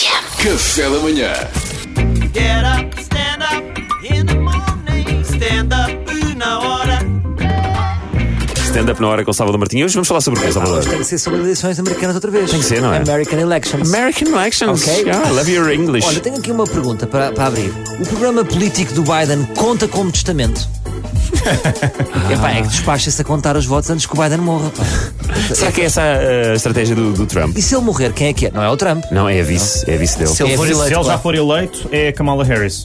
Café da manhã. Get up, stand up in the morning. Stand up na hora. Stand-up na hora com o Salvador Martinho. Hoje vamos falar sobre o que, Salvador? Tem que ser sobre eleições americanas outra vez. Tem que ser, não é? American Elections. American elections. Ok. Yeah, Ah, I love your English. Olha, tenho aqui uma pergunta para, para abrir. O programa político do Biden conta como testamento? Epá, é que despacha-se a contar os votos antes que o Biden morra. pá. Será que é essa uh, a estratégia do, do Trump? E se ele morrer, quem é que é? Não é o Trump. Não, é a vice. É a vice dele. Se ele Se for ele eleito. já claro. for eleito, é a Kamala Harris.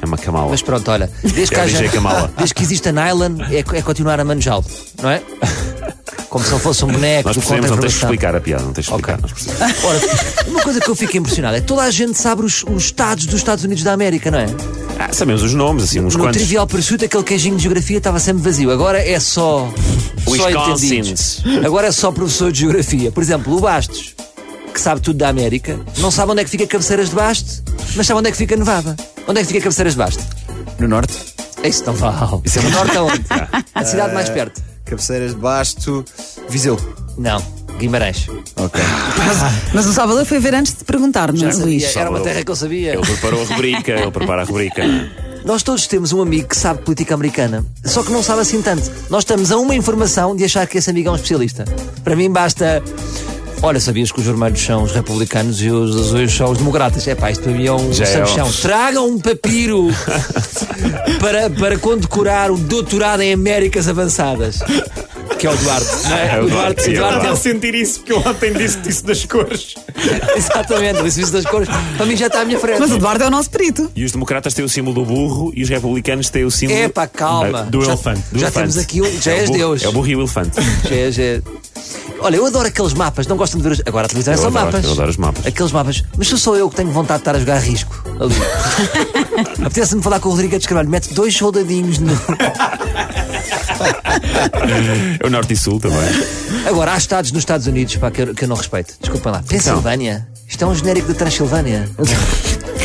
É uma camala. Mas pronto, olha, desde que, É o haja, DJ Kamala. desde que exista nylon, é, é continuar a manejá-lo, não é? Como se ele fosse um boneco Nós do percebemos, não tens de contra-informação. explicar a piada, não tens de explicar. nós percebemos. Ora, uma coisa que eu fico impressionado é que toda a gente sabe os, os estados dos Estados Unidos da América, não é? Ah, sabemos os nomes, assim, uns No quantos. Trivial Pursuit, aquele queijinho de geografia estava sempre vazio. Agora é só. só Wisconsin. entendidos. Agora é só professor de geografia. Por exemplo, o Bastos, que sabe tudo da América, não sabe onde é que fica Cabeceiras de Basto, mas sabe onde é que fica Nevada. Onde é que fica Cabeceiras de Basto? No norte, É isso, não vale. Isso é o norte aonde? A cidade mais perto. cabeceiras de basto, Viseu. Não, Guimarães. Ok. Mas o Salvador foi ver antes de perguntar-nos, Luís. Era uma terra que eu sabia. Ele preparou a rubrica, ele prepara a rubrica. Nós todos temos um amigo que sabe política americana, só que não sabe assim tanto. Nós estamos a uma informação de achar que esse amigo é um especialista. Para mim basta. Olha, sabias que os vermelhos são os republicanos e os azuis são os democratas? É pá, isto para mim é um Já é sanchão. um- Tragam um papiro para, para condecorar o doutorado em Américas Avançadas. Que é o Duarte, não é? É o o Duarte, Duarte, é o o Duarte Duarte. é o- sentir isso, porque eu ontem disse isso das cores. Exatamente, o serviço das cores. Para mim já está à minha frente. Mas o Eduardo é o nosso perito. E os democratas têm o símbolo do burro e os republicanos têm o símbolo. Epá, calma. Ah, Do Já- elefante. do já elefante. temos aqui um- já É o és burro- Deus. É o burro e o elefante. É, é. Olha, eu adoro aqueles mapas, não gosto de ver os... Agora a televisão é Eu só adoro, mapas. eu adoro os mapas. Aqueles mapas. Mas sou só eu que tenho vontade de estar a jogar risco ali. Apetece-me falar com o Rodrigo de Carvalho, mete dois soldadinhos no. É o norte e sul também. Agora, há estados nos Estados Unidos pá, que, eu, que eu não respeito. Desculpem lá. Pensilvânia? Isto é um genérico da Transilvânia.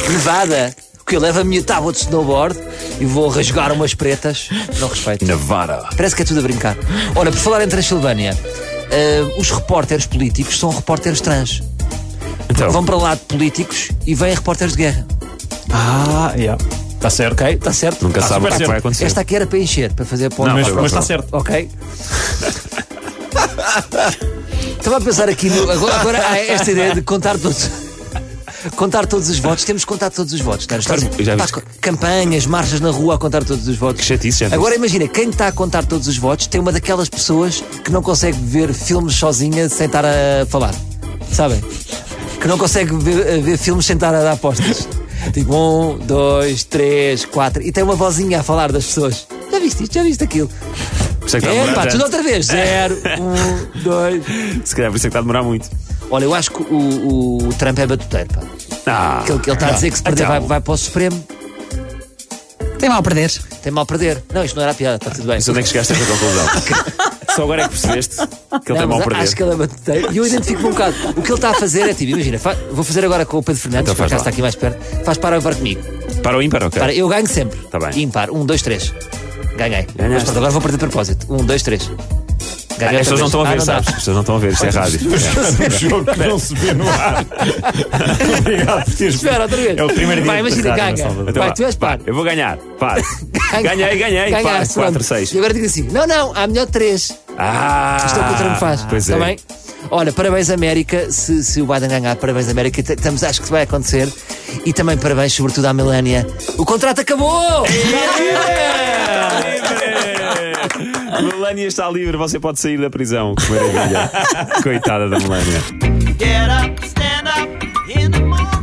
Nevada? Que eu levo a minha tábua de snowboard e vou rasgar umas pretas. Não respeito. Navarra. Parece que é tudo a brincar. Olha, por falar em Transilvânia, eh, os repórteres políticos são repórteres trans. Então, Vão para lá de políticos e vêm repórteres de guerra. Ah, yeah. tá Está certo. Ok? Está certo? nunca Tá sabe o super que vai certo. acontecer. Esta aqui era para encher, para fazer ponto. Não, Mas, Tá mas está bom. certo. Ok? Estava a pensar aqui no. Agora, agora há esta ideia de contar todos. Contar todos os votos, temos que contar todos os votos. Não, é? Nos Estados Unidos, já pá, viste? co- campanhas, marchas na rua a contar todos os votos. Que chatice, já viste? Agora imagina, quem está a contar todos os votos tem uma daquelas pessoas que não consegue ver filmes sozinha sem estar a falar. Sabem? Que não consegue ver, ver filmes sem estar a dar apostas. Tipo, um, dois, três, quatro. E tem uma vozinha a falar das pessoas. Já viste isto? Já viste aquilo? Por isso é que está a É, demorar pá, tanto. tudo outra vez. Zero, um, dois. Se calhar por isso é que está a demorar muito. Olha, eu acho que o, o Trump é batuteiro, pá. Ah, Então, Aquele que ele está a dizer que se perder vai, vai para o Supremo, Tem mal a perder. tem mal a perder. Não, isto não era a piada, está tudo bem. Mas onde é que chegaste a essa conclusão? Só agora é que percebeste que ele tem Não, mal a mas perder. acho que ele é batuteiro. E eu identifico-me um bocado. O que ele está a fazer é tipo, imagina, fa- vou fazer agora com o Pedro Fernandes, Então que faz acaso está lá. aqui mais perto, faz para agora comigo. Para o ímpar, ok. Para, eu ganho sempre. Tá bem. Ímpar. Um, dois, três. Ganhei. Ganhaste. Mas pronto, agora vou perder de propósito. Um, dois, três. Ah, Ganhei as outra pessoas não vez. estão a Ah, ver, não dá. sabes? As pessoas não estão a ver, isto Um é rádio. jogo que não se vê no ar. Obrigado por teres Espera, outra vez. É o primeiro dia Vai, de imagina, passagem, ganha. Salvador. Então Vai, vá, tu és vá, par. Eu vou ganhar. Par. ganhei, ganhei. Ganhaste, par. pronto. 4, 6. E agora digo assim: não, não, há melhor três. Isto Ah! é o que o Trump faz. Pois é. Está bem? Olha, parabéns América, se, se o Biden ganhar, parabéns América, T- estamos, acho que isso vai acontecer. E também parabéns, sobretudo, à Melania. O contrato acabou! É. Melania está livre, você pode sair da prisão. Que maravilha. Coitada da Melania. Get up, stand up in the morning.